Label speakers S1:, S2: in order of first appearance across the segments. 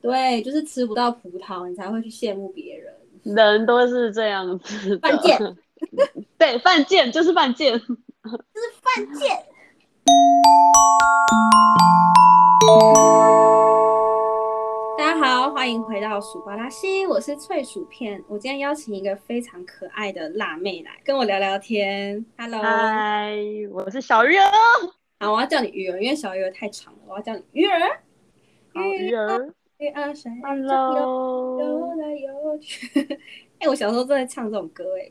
S1: 对，就是吃不到葡萄，你才会去羡慕别人。
S2: 人都是这样子的。
S1: 犯贱，
S2: 对，犯贱就是犯贱。
S1: 犯贱。大家好，欢迎回到薯巴拉西，我是脆薯片。我今天邀请一个非常可爱的辣妹来跟我聊聊天。Hello，
S2: 嗨，我是小鱼儿。
S1: 好，我要叫你鱼儿，因为小鱼儿太长了，我要叫你鱼儿。
S2: 好，鱼儿。
S1: 鱼儿水中游
S2: ，Hello。
S1: 来游去。 哎、我小时候真的唱这种歌哎、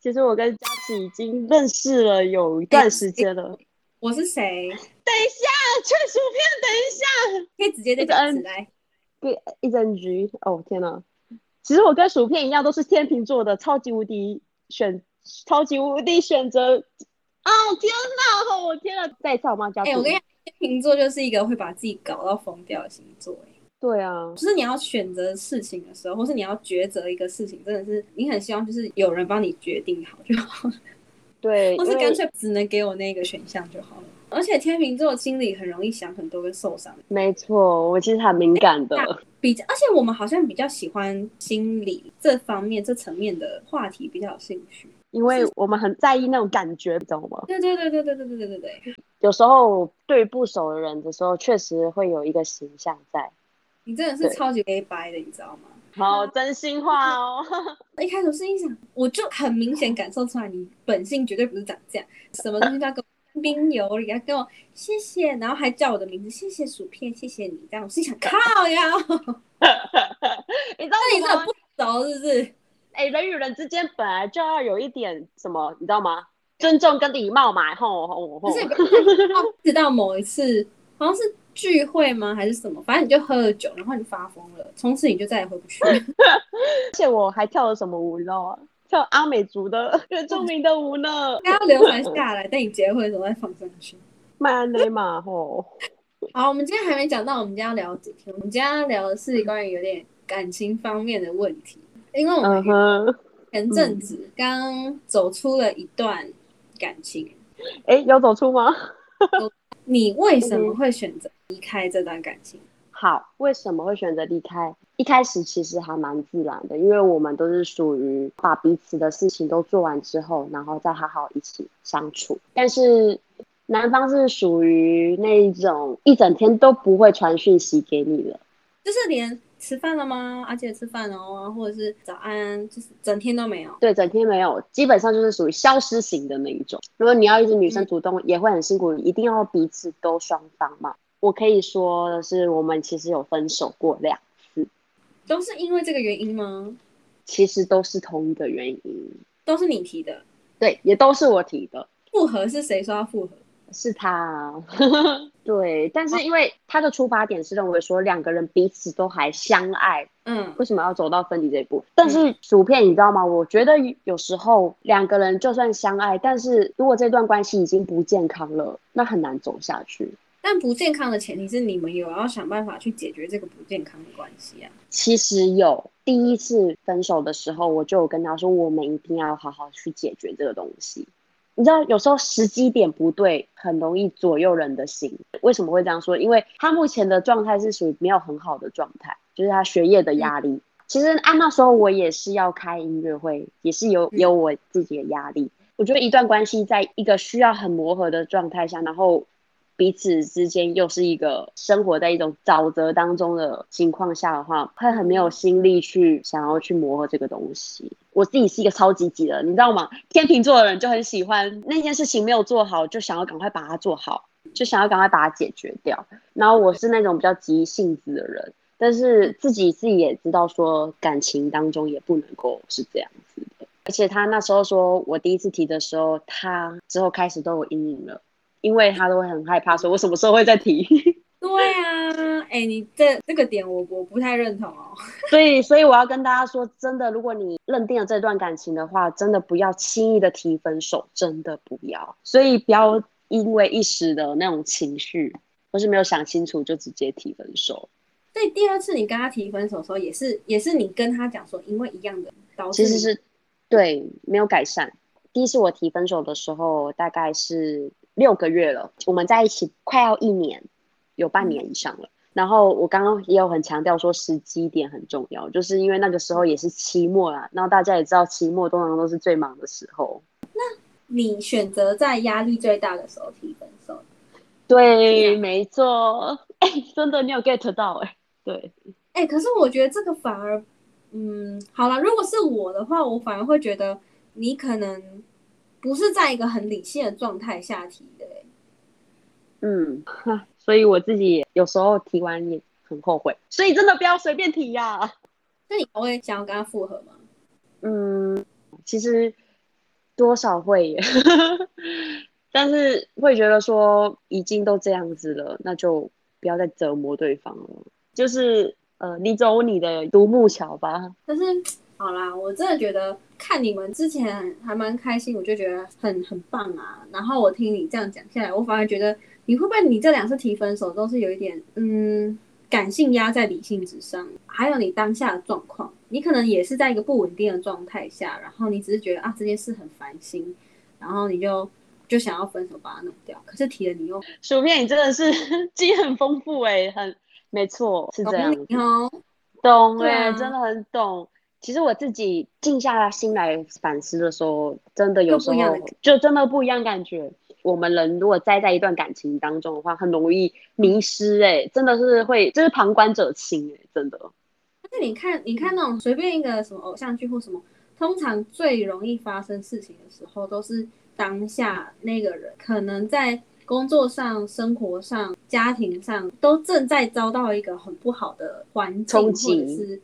S2: 其实我跟佳琪已经认识了有一段时间了。
S1: 我是谁？
S2: 等一下，脆薯片，等一下。
S1: 可以直接再讲一次来。
S2: 一整局，哦天呐！其实我跟薯片一样，都是天秤座的，超级无敌选，超级无敌选择。哦天呐！哦我天呐！再造吗？加
S1: 哎、我跟你讲，天秤座就是一个会把自己搞到疯掉的星座、欸。
S2: 对啊，
S1: 就是你要选择事情的时候，或是你要抉择一个事情，真的是你很希望就是有人帮你决定好就好，
S2: 对，
S1: 或是
S2: 因为
S1: 干脆只能给我那个选项就好了。而且天秤座心里很容易想很多跟受伤，
S2: 没错，我其实还敏感的，
S1: 比较，而且我们好像比较喜欢心理这方面这层面的话题比较有兴趣。
S2: 因为我们很在意那种感觉，你知道吗？
S1: 对对对对对对对对对对，
S2: 有时候对不熟的人的时候，确实会有一个形象在。
S1: 你真的是
S2: 对
S1: 超级 A 白的，你知道吗？嗯
S2: 好，真心话哦。
S1: 一开始我是一想，我就很明显感受出来，你本性绝对不是长这样，什么东西都要跟我彬彬有礼，要跟我谢谢，然后还叫我的名字，谢谢薯片，谢谢你，这样我心想靠呀，
S2: 你知道
S1: 那你
S2: 吗
S1: 真的不熟是不是？
S2: 哎、人与人之间本来就要有一点什么，你知道吗？尊重跟礼貌嘛，吼吼吼
S1: 可！是你不要直到某一次，好像是聚会吗还是什么，反正你就喝了酒，然后你发疯了，从此你就再也回不去了。
S2: 而且我还跳了什么舞，你知道吗？跳阿美族的原住民的舞 呢，
S1: 大家流传下来，等你结婚的时候再放上去。
S2: 麦安内嘛，吼！
S1: 好，我们今天还没讲到我们今天要聊的主题，我们今天要聊的是关于有点感情方面的问题，因为我们
S2: 嗯哼，
S1: 前阵子刚走出了一段感情，
S2: 哎、有走出吗？
S1: 你为什么会选择离开这段感情？
S2: 好，为什么会选择离开？一开始其实还蛮自然的，因为我们都是属于把彼此的事情都做完之后，然后再好好一起相处。但是男方是属于那一种一整天都不会传讯息给你的。
S1: 就是连吃饭了吗？啊，记得吃饭哦，啊或者是早安，就是整天都没有。
S2: 对，整天没有，基本上就是属于消失型的那一种。如果你要一直女生主动，也会很辛苦，一定要彼此都双方嘛。我可以说的是，我们其实有分手过两次，
S1: 都是因为这个原因吗？
S2: 其实都是同一个原因，
S1: 都是你提的？
S2: 对，也都是我提的，
S1: 复合是谁说要复合？
S2: 是他啊、对，但是因为他的出发点是认为说两个人彼此都还相爱，
S1: 嗯，
S2: 为什么要走到分离这一步？但是薯片，你知道吗？我觉得有时候两个人就算相爱，但是如果这段关系已经不健康了，那很难走下去。
S1: 但不健康的前提是你们有要想办法去解决这个不健康的关系啊。
S2: 其实有第一次分手的时候，我就有跟他说，我们一定要好好去解决这个东西。你知道，有时候时机点不对，很容易左右人的心。为什么会这样说？因为他目前的状态是属于没有很好的状态，就是他学业的压力。其实按那时候我也是要开音乐会，也是有
S1: 嗯
S2: 有我自己的压力。我觉得一段关系在一个需要很磨合的状态下，然后彼此之间又是一个生活在一种沼泽当中的情况下的话，会很没有心力去想要去磨合这个东西。我自己是一个超级急的人，你知道吗？天秤座的人就很喜欢那件事情没有做好，就想要赶快把它做好，就想要赶快把它解决掉。然后我是那种比较急性子的人，但是自己自己也知道说，感情当中也不能够是这样子的。而且他那时候说我第一次提的时候，他之后开始都有阴影了，因为他都会很害怕，说我什么时候会再提。
S1: 对啊，哎、你这这个点我我不太认同哦。
S2: 所以，所以我要跟大家说，真的，如果你认定了这段感情的话，真的不要轻易的提分手，真的不要。所以不要因为一时的那种情绪，或是没有想清楚就直接提分手。
S1: 所以第二次你跟他提分手的时候，也是也是你跟他讲说，因为一样的导致
S2: 其
S1: 你
S2: 实是对没有改善。第一次我提分手的时候，大嗯概是六个月了，我们在一起快要一年，有半年以上了。然后我刚刚也有很强调说时机点很重要，就是因为那个时候也是期末啦，然后大家也知道期末通常都是最忙的时候。
S1: 你选择在压力最大的时候提分手，
S2: 对，没错，哎、真的你有 get 到哎、对，
S1: 哎、可是我觉得这个反而，嗯，好了，如果是我的话，我反而会觉得你可能不是在一个很理性的状态下提的、欸，
S2: 嗯，哈 所以我自己有时候提完也很后悔，所以真的不要随便提呀、
S1: 那你还会想要跟他复合吗？
S2: 嗯，其实多少会耶， 但是会觉得说已经都这样子了，那就不要再折磨对方了。就是呃，你走你的独木桥吧。
S1: 但是好啦，我真的觉得看你们之前还蛮开心，我就觉得很很棒啊。然后我听你这样讲下来，我反而觉得你会不会你这两次提分手都是有一点嗯感性压在理性之上，还有你当下的状况，你可能也是在一个不稳定的状态下，然后你只是觉得啊这件事很烦心，然后你就就想要分手把它弄掉，可是提了你又
S2: 薯片，你真的是 经验很丰富哎、很没错，是这样子。
S1: 你哦，
S2: 懂
S1: 对
S2: 哎、
S1: 啊
S2: 真的很懂。其实我自己静下心来反思的时候，真的有
S1: 又
S2: 时
S1: 不一样的
S2: 候就真的不一样感觉。我们人如果栽在一段感情当中的话，很容易迷失哎、真的是会，就是旁观者清哎、真的。
S1: 但是你看，你看那种随便一个什么偶像剧或什么，通常最容易发生事情的时候，都是当下那个人可能在工作上、生活上、家庭上都正在遭到一个很不好的环境，
S2: 冲
S1: 或
S2: 击
S1: 者是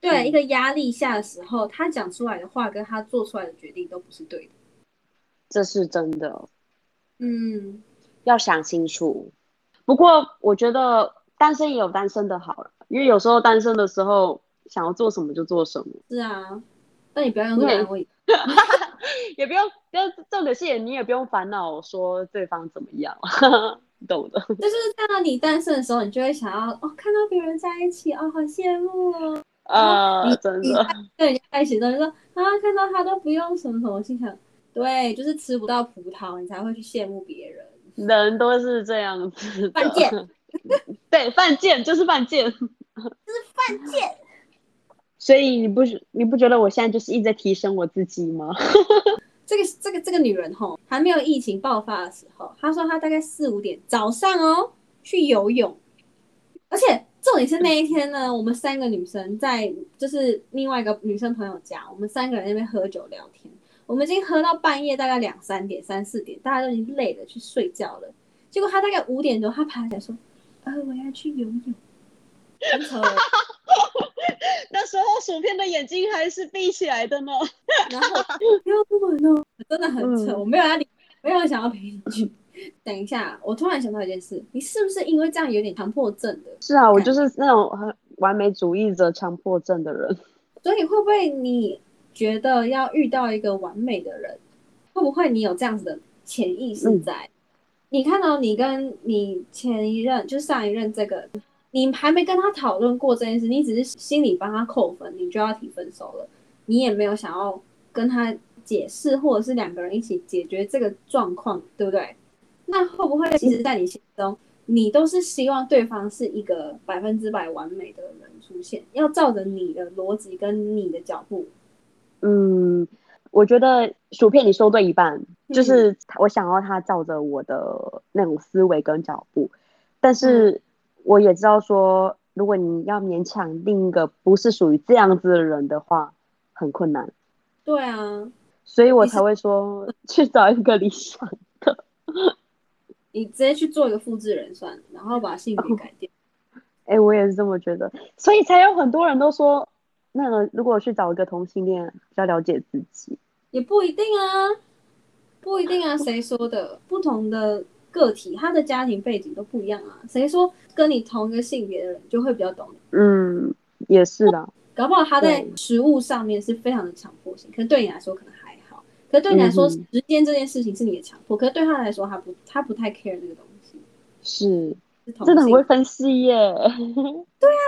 S1: 对、
S2: 嗯
S1: 一个压力下的时候，他讲出来的话跟他做出来的决定都不是对的。
S2: 这是真的，
S1: 嗯，
S2: 要想清楚。不过我觉得单身也有单身的好了，因为有时候单身的时候想要做什么就做什么，
S1: 是啊，那你不要用这个安慰。
S2: 也不用，不要重点是也你也不用烦恼说对方怎么样， 懂的。
S1: 就是当你单身的时候，你就会想要哦，看到别人在一起哦，好羡慕哦。
S2: 呃，真
S1: 你
S2: 的，
S1: 跟人家在一起的时候，然后啊看到他都不用什么什么，我心想，对，就是吃不到葡萄，你才会去羡慕别人。
S2: 人都是这样子的。
S1: 犯贱
S2: 对，犯贱就是犯贱，就是犯贱。所以你不你不觉得我现在就是一直在提升我自己吗？
S1: 这个这个这个女人吼，还没有疫情爆发的时候，她说她大概四五点早上哦去游泳，而且重点是那一天呢，我们三个女生在就是另外一个女生朋友家，我们三个人在那边喝酒聊天，我们已经喝到半夜大概两三点、三四点，大家都已经累了去睡觉了。结果她大概五点钟，她爬起来说：“呃，我要去游泳。”很扯欸。
S2: 那时候薯片的眼睛还是闭起来的呢。
S1: 然后不要不管哦，真的很扯，
S2: 嗯
S1: 我没有要理，没有想要陪你去。等一下，我突然想到一件事，你是不是因为这样有点强迫症的？
S2: 是啊，我就是那种很完美主义者、强迫症的人。
S1: 所以会不会你觉得要遇到一个完美的人，会不会你有这样子的潜意识在？你看到、你跟你前一任，就上一任这个，你还没跟他讨论过这件事，你只是心里帮他扣分，你就要提分手了，你也没有想要跟他解释，或者是两个人一起解决这个状况，对不对？那会不会其实，在你心中，你都是希望对方是一个百分之百完美的人出现，要照着你的逻辑跟你的脚步，
S2: 嗯，我觉得薯片你说对一半，就是
S1: 嗯
S2: 我想要他照着我的那种思维跟脚步，但
S1: 嗯
S2: 是我也知道说，如果你要勉强另一个不是属于这样子的人的话，很困难，
S1: 对啊，
S2: 所以我
S1: 你是
S2: 才会 说去找一个理想。
S1: 你直接去做一个复制人算了，然后把性别改掉。
S2: 哎，我也是这么觉得，所以才有很多人都说，那个如果去找一个同性恋，比较了解自己。
S1: 也不一定啊，不一定啊，谁说的？不同的个体，他的家庭背景都不一样啊。谁说跟你同一个性别的人就会比较懂你？
S2: 嗯，也是的，
S1: 搞不好他在
S2: 对
S1: 食物上面是非常的强迫性，可是对你来说可能还好，可是对你来说，
S2: 嗯
S1: 时
S2: 哼
S1: 间这件事情是你的强迫，可是对他来说，他不他不太 care 那个东西。
S2: 是
S1: 是同
S2: 真的很
S1: 性
S2: 会分析耶。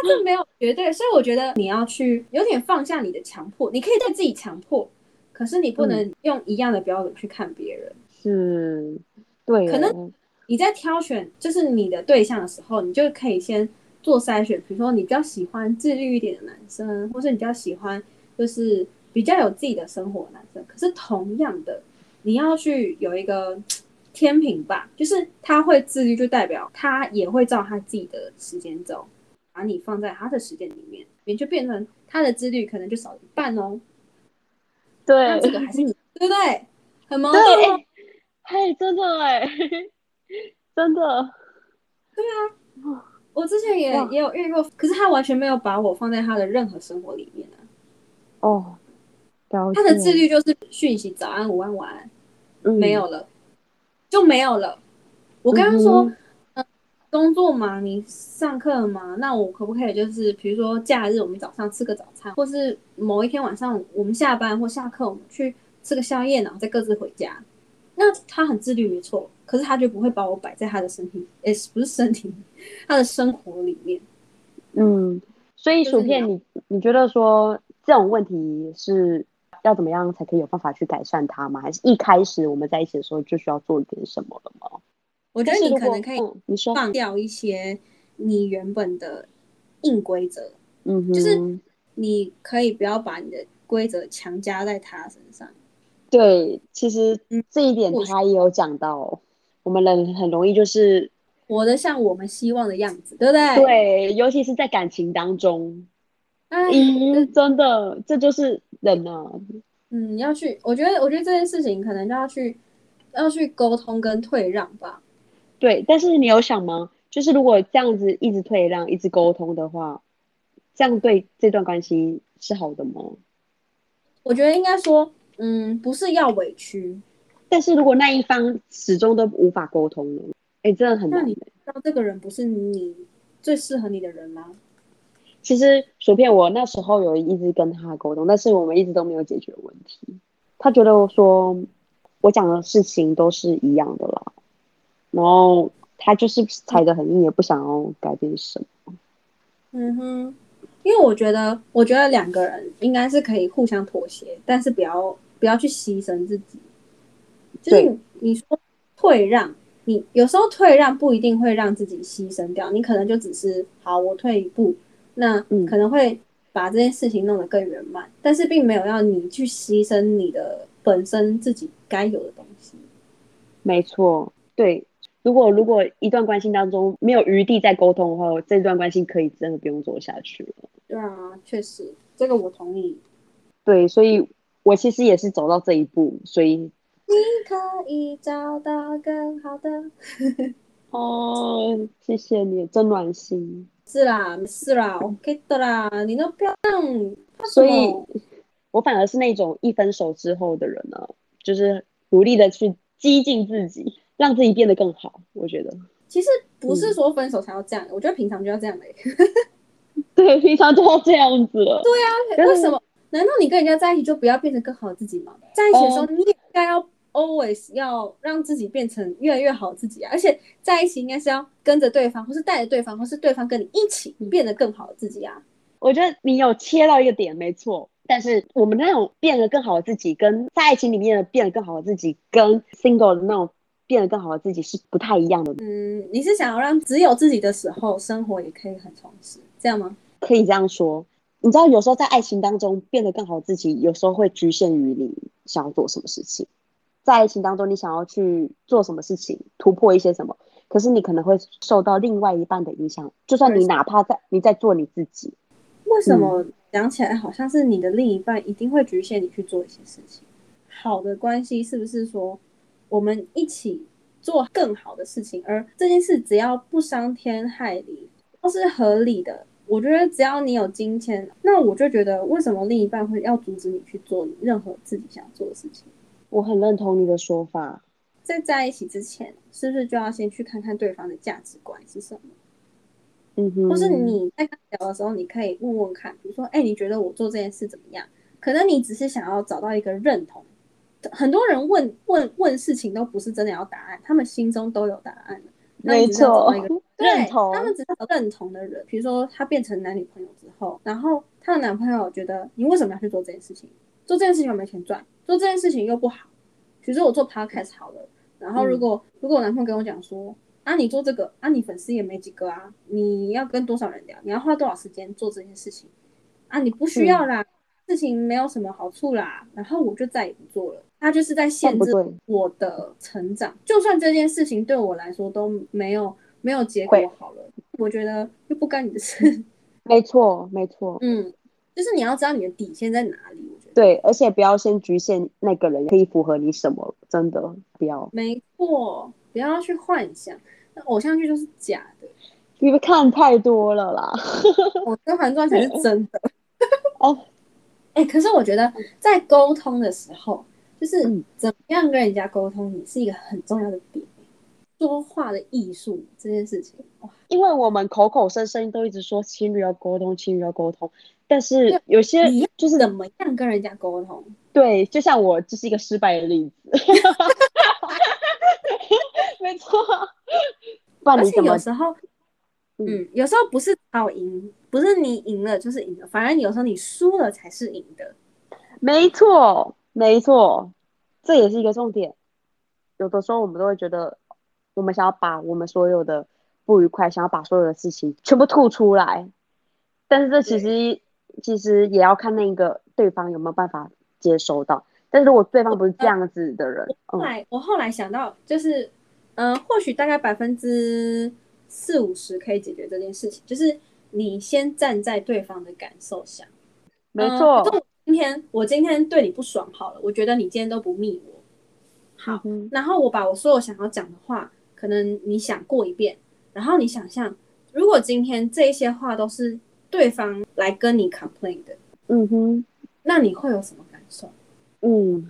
S1: 这没有绝对，所以我觉得你要去有点放下你的强迫，你可以对自己强迫，可是你不能用一样的标准去看别人。
S2: 是，对耶，
S1: 可能你在挑选就是你的对象的时候，你就可以先做筛选，比如说你比较喜欢自律一点的男生，或是你比较喜欢就是比较有自己的生活的男生。可是同样的，你要去有一个天平吧，就是他会自律，就代表他也会照他自己的时间轴，把你放在他的时间里面，你就变成他的自律可能就少一半哦。那
S2: 对
S1: 这个还是你，对不对？很矛
S2: 对，
S1: 盾哦。
S2: 哎嘿，真的哎，真的，
S1: 我之前也
S2: 哇
S1: 也有遇过，可是他完全没有把我放在他的任何生活里面啊。
S2: 哦，了
S1: 他的自
S2: 解
S1: 律就是讯息早安、午安、晚安，
S2: 嗯
S1: 没有了，就没有了。我跟他说，
S2: 嗯
S1: 嗯、工作嘛，你上课嘛，那我可不可以就是，比如说假日我们早上吃个早餐，或是某一天晚上我们下班或下课我们去吃个宵夜，然后再各自回家。那他很自律没错，可是他就不会把我摆在他的身体，诶，不是身 体，他的生活里面。
S2: 嗯，所以
S1: 就
S2: 薯
S1: 是你
S2: 片
S1: 要
S2: 你，你觉得说这种问题是要怎么样才可以有办法去改善它吗？还是一开始我们在一起的时候就需要做一点什么了吗？
S1: 我觉
S2: 但
S1: 得
S2: 是
S1: 你
S2: 如
S1: 可
S2: 果
S1: 能可以
S2: 嗯，你说，
S1: 放掉一些你原本的硬规则，
S2: 嗯哼，
S1: 就是你可以不要把你的规则强加在他身上。
S2: 对，其实
S1: 嗯
S2: 这一点
S1: 我
S2: 他也有讲到，我们人很容易就是
S1: 活得像我们希望的样子，对不对？，
S2: 对，尤其是在感情当中，
S1: 哎，
S2: 咦，真的，这就是人啊，
S1: 嗯，要去，我觉得，我觉得这件事情可能就要去，要去沟通跟退让吧。
S2: 对，但是你有想吗？就是如果这样子一直退让、一直沟通的话，这样对这段关系是好的吗？
S1: 我觉得应该说，嗯，不是要委屈，
S2: 但是如果那一方始终都无法沟通呢？哎、真的很
S1: 那
S2: 难
S1: 你
S2: 欸。
S1: 让这个人不是你最适合你的人吗？
S2: 其实薯片我那时候有一直跟他沟通，但是我们一直都没有解决问题。他觉得我说我讲的事情都是一样的啦，然后他就是踩得很硬，也不想要改变什么。
S1: 嗯哼，因为我觉得，我觉得两个人应该是可以互相妥协，但是不要不要去牺牲自己。就是
S2: 对
S1: 你说退让，你有时候退让不一定会让自己牺牲掉，你可能就只是好，我退一步，那
S2: 嗯
S1: 可能会把这件事情弄得更圆满，但是并没有要你去牺牲你的本身自己该有的东西。
S2: 没错，对。如果如果一段关系当中没有余地再沟通的话，这段关系可以真的不用走下去了。
S1: 对啊，确实，这个我同意。
S2: 对，所以我其实也是走到这一步，所以
S1: 你可以找到更好的。
S2: 哦，谢谢你，真暖心。
S1: 是啦，没事啦，OK 的啦，你都不要这样。怕什
S2: 所
S1: 么
S2: 以我反而是那种一分手之后的人呢、就是努力的去激进自己，让自己变得更好。我觉得，
S1: 其实不
S2: 嗯
S1: 是说分手才要这样，我觉得平常就要这 样的、
S2: 对，平常都要这样子了。
S1: 欸。为什么？难道你跟人家在一起就不要变成更好的自己吗？在一起的
S2: 哦
S1: 时候，你也应该要 always 要让自己变成越来越好的自己啊！而且在一起应该是要跟着对方，或是带着对方，或是对方跟你一起变得更好的自己啊！
S2: 我觉得你有切到一个点，没错。但是我们那种变得更好的自己，跟在爱情里面的变得更好的自己，跟 single 的那种变得更好的自己是不太一样的，
S1: 嗯，你是想要让只有自己的时候，生活也可以很充实，这样吗？
S2: 可以这样说。你知道，有时候在爱情当中变得更好的自己，有时候会局限于你想要做什么事情。在爱情当中，你想要去做什么事情，突破一些什么，可是你可能会受到另外一半的影响。就算你
S1: 对
S2: 哪怕在你在做你自己，
S1: 为什么讲起来好像是你的另一半一定会局限你去做一些事情？好的关系是不是说我们一起做更好的事情，而这件事只要不伤天害理，都是合理的。我觉得只要你有金钱，那我就觉得为什么另一半会要阻止你去做你任何自己想做的事情？
S2: 我很认同你的说法。
S1: 在在一起之前，是不是就要先去看看对方的价值观是什么？
S2: 嗯哼，
S1: 或是你在跟他聊的时候，你可以问问看，比如说，哎、你觉得我做这件事怎么样？可能你只是想要找到一个认同。很多人问问问事情都不是真的要答案，他们心中都有答案的。他们
S2: 没
S1: 只是要找
S2: 错
S1: 到一个，对
S2: 认同。
S1: 他们只是找认同的人。比如说，她变成男女朋友之后，然后她的男朋友觉得你为什么要去做这件事情？做这件事情又没钱赚，做这件
S2: 嗯
S1: 事情又不好。比如说我做 podcast 好了，然后如果、如果我男朋友跟我讲说，啊，你做这个，啊，你粉丝也没几个啊，你要跟多少人聊，你要花多少时间做这件事情，啊，你不需要
S2: 嗯
S1: 啦，事情没有什么好处啦，然后我就再也不做了。他就是在限
S2: 哦不
S1: 制
S2: 对
S1: 我的成长，就算这件事情对我来说都没有没有结果
S2: 会
S1: 好了，我觉得又不干你的事。
S2: 没错，没错，
S1: 嗯，就是你要知道你的底线在哪里，我觉得。
S2: 对，而且不要先局限那个人可以符合你什么，真的不要。
S1: 没错，不要去幻想，那偶像剧都是假的，
S2: 你们看太多了啦。
S1: 我甄嬛传才是真的。
S2: 哦，
S1: 哎、可是我觉得在沟通的时候，就是
S2: 嗯
S1: 怎么样跟人家沟通，你是一个很重要的点。说话的艺术这件事情，哇，
S2: 因为我们口口声声都一直说情侣要沟通，情侣要沟通，但是有些
S1: 你要
S2: 就是
S1: 怎么样跟人家沟通？
S2: 对，就像我这是一个失败的例 子。 没错， 不然
S1: 而
S2: 你
S1: 且
S2: 怎么
S1: 有时候，
S2: 嗯
S1: 嗯，有时候不是好赢，不是你赢了就是赢了，反而有时候你输了才是赢的。
S2: 没错，没错，这也是一个重点。有的时候我们都会觉得，我们想要把我们所有的不愉快，想要把所有的事情全部吐出来，但是这其实其实也要看那个对方有没有办法接收到。但是如果对方不是这样子的人，
S1: 后
S2: 嗯，
S1: 来我后来想到，就是，嗯、或许大概百分之四五十可以解决这件事情，就是你先站在对方的感受想。
S2: 没
S1: 嗯
S2: 错
S1: 比如，说我今天我今天对你不爽好了，我觉得你今天都不密我，
S2: 嗯
S1: 好，
S2: 哼，
S1: 然后我把我所有想要讲的话，可能你想过一遍，然后你想象，如果今天这一些话都是对方来跟你 complain 的，
S2: 嗯哼，
S1: 那你会有什么感受？
S2: 嗯，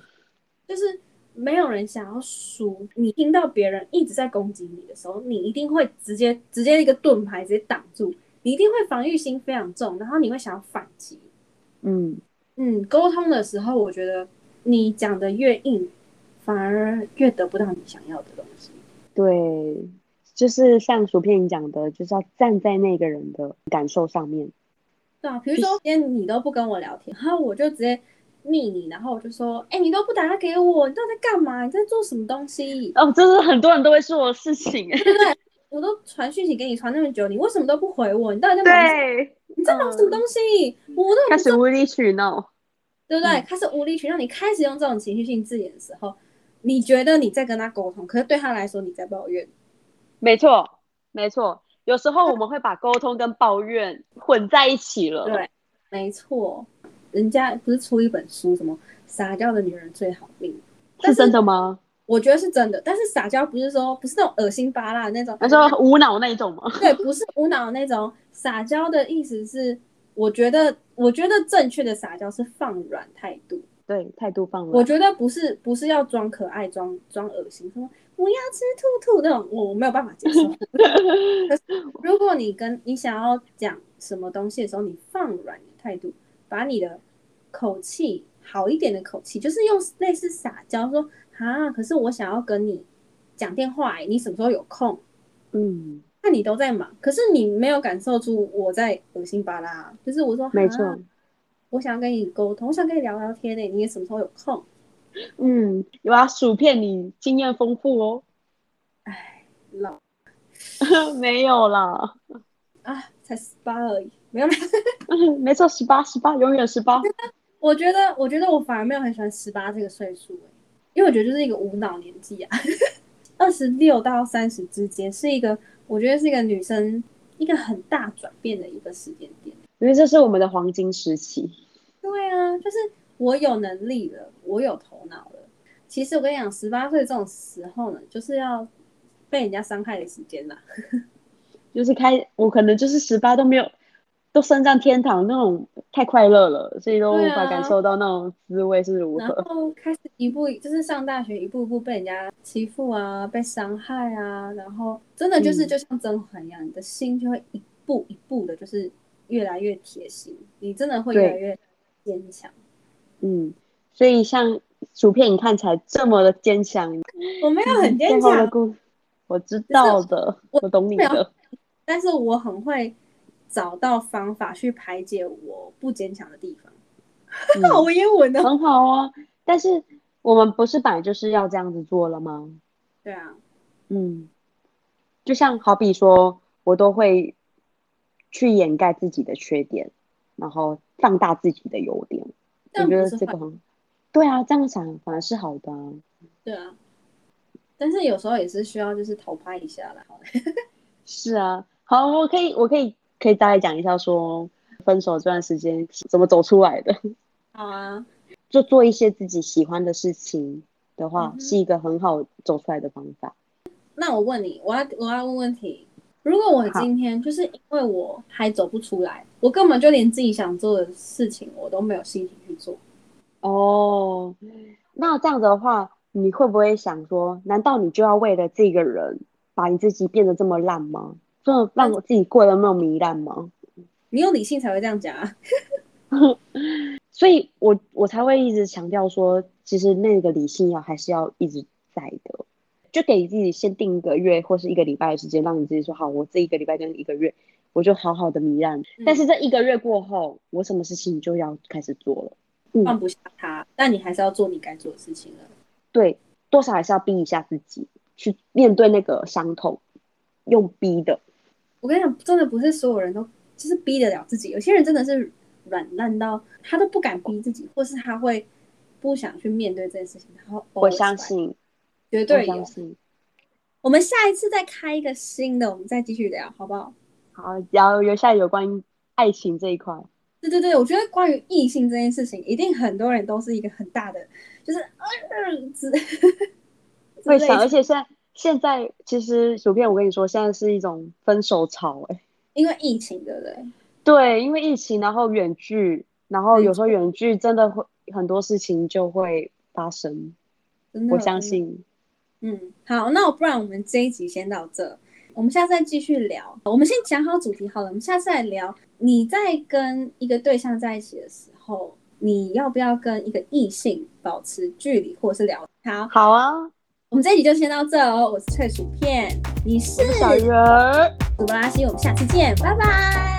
S1: 就是没有人想要输。你听到别人一直在攻击你的时候，你一定会直接直接一个盾牌直接挡住，你一定会防御心非常重，然后你会想要反击。
S2: 嗯，
S1: 嗯，沟通的时候，我觉得你讲的越硬，反而越得不到你想要的东西。
S2: 对，就是像薯片你讲的，就是要站在那个人的感受上面。
S1: 对啊，比如说今天你都不跟我聊天，然后我就直接密你，然后我就说，哎、你都不打电话给我，你到底在干嘛？你在做什么东西？
S2: 哦，这是很多人都会做的事情，哎，
S1: 我都传讯息给你传那么久，你为什么都不回我？你到底在忙什么
S2: 对。
S1: 你在忙什么东西？我都
S2: 开始无理取闹。
S1: 对不对？
S2: 嗯
S1: 开始无理取闹，你开始用这种情绪性字眼的时候，你觉得你在跟他沟通，可是对他来说你在抱怨。
S2: 没错，没错。有时候我们会把沟通跟抱怨混在一起了。
S1: 对，没错，人家不是出一本书什么“撒娇的女人最好命
S2: 是真的吗？”，
S1: 我觉得是真的。但是撒娇不是说不是那种恶心巴拉的那种，
S2: 那时候无脑那种吗？
S1: 对，不是无脑那种。撒娇的意思是，我觉得我觉得正确的撒娇是放软态度。
S2: 对，态度放
S1: 我
S2: 了。
S1: 觉得不是不是要装可爱、装装恶心，什么我要吃兔兔那种，我我没有办法接 受。可是如果你跟你想要讲什么东西的时候，你放软你的态度，把你的口气好一点的口气，就是用类似撒娇说啊，可是我想要跟你讲电话、欸，你什么时候有空？
S2: 嗯，
S1: 那你都在忙，可是你没有感受出我在恶心巴拉啊，就是我说
S2: 没
S1: 啊
S2: 错。
S1: 我想跟你沟通，我想跟你聊聊天呢、你也什么时候有空？
S2: 嗯，有啊，薯片你经验丰富哦。
S1: 老。
S2: 没有啦，
S1: 啊，才十八而已，没有没有。
S2: 嗯 没错，十八，十八，永远十 八。
S1: 我觉得，我觉得我反而没有很喜欢十八这个岁数、欸，因为我觉得就是一个无脑年纪啊。 二十六到三十之间是一个，我觉得是一个女生一个很大转变的一个时间点。
S2: 因为这是我们的黄金时期。
S1: 对啊，就是我有能力了，我有头脑了。其实我跟你讲，十八岁这种时候呢，就是要被人家伤害的时间啦。
S2: 就是开，我可能就是十八都没有，都升上天堂那种太快乐了，所以都无
S1: 对啊
S2: 法感受到那种滋味是如
S1: 然
S2: 何。
S1: 后开始一步就是上大学，一步一步被人家欺负啊，被伤害啊，然后真的就是
S2: 嗯
S1: 就像甄嬛一样，你的心就会一步一步的，就是越来越铁心，你真的会
S2: 对
S1: 越来越坚强。
S2: 嗯，所以像薯片，你看起来这么的坚强，
S1: 我没有很坚
S2: 背嗯后的
S1: 强，
S2: 故，我知道的，我懂你
S1: 没
S2: 的，
S1: 但是我很会找到方法去排解我不坚强的地方。
S2: 嗯，
S1: 我英文呢？
S2: 很好哦。但是我们不是本来就是要这样子做了吗？
S1: 对啊，
S2: 嗯，就像好比说，我都会去掩盖自己的缺点，然后放大自己的优点。
S1: 这样
S2: 我觉得
S1: 不是
S2: 这
S1: 坏
S2: 个很，对啊，这样想反而是好的、啊。
S1: 对啊，但是有时候也是需要就是讨拍一下啦。
S2: 是啊，好，我可以，我可以，可以大概讲一下说分手这段时间怎么走出来的。
S1: 好啊，
S2: 就做一些自己喜欢的事情的话，
S1: 嗯哼
S2: 是一个很好走出来的方法。
S1: 那我问你，我要我要问问题。如果我
S2: 好
S1: 今天就是因为我还走不出来，我根本就连自己想做的事情我都没有心情去做，
S2: 哦，那这样子的话，你会不会想说，难道你就要为了这个人，把你自己变得这么烂吗？真的让
S1: 嗯
S2: 我自己过得那么糜烂吗？
S1: 你有理性才会这样讲 啊。
S2: 所以我我才会一直强调说，其实那个理性要还是要一直在的，就给自己先定一个月或是一个礼拜的时间，让你自己说好，我这一个礼拜跟一个月，我就好好的糜烂。但是这一个月过后，我什么事情就要开始做了。
S1: 放不下他，但你还是要做你该做的事情啊了。
S2: 对，多少还是要逼一下自己，去面对那个伤痛，用逼的。
S1: 我跟你讲，真的不是所有人都就是逼得了自己，有些人真的是软烂到他都不敢逼自己，或是他会不想去面对这件事情。然后
S2: 我相，信，
S1: 绝
S2: 我
S1: 对有
S2: 相。信。
S1: 我们下一次再开一个新的，我们再继续聊，好不好？
S2: 好，然后留下有关于爱情这一块，
S1: 对对对，我觉得关于异性这件事情，一定很多人都是一个很大的，就是呃之之
S2: 会
S1: 类
S2: 想，而
S1: 的，
S2: 且现在现在其实薯片，我跟你说，现在是一种分手潮、哎，
S1: 因为疫情，对不对？
S2: 对，因为疫情，然后远距，然后
S1: 没
S2: 有时候远距真的会很多事情就会发生，
S1: 真的
S2: 我
S1: 真的
S2: 相。信。
S1: 嗯，好，那我不然我们这一集先到这，我们下次再继续聊。我们先讲好主题好了，我们下次来聊。你在跟一个对象在一起的时候，你要不要跟一个异性保持距离，或者是聊？好，
S2: 好啊，
S1: 我们这一集就先到这哦。我是脆薯片，你是
S2: 小鱼儿。
S1: 主播拉西，我们下次见，拜拜。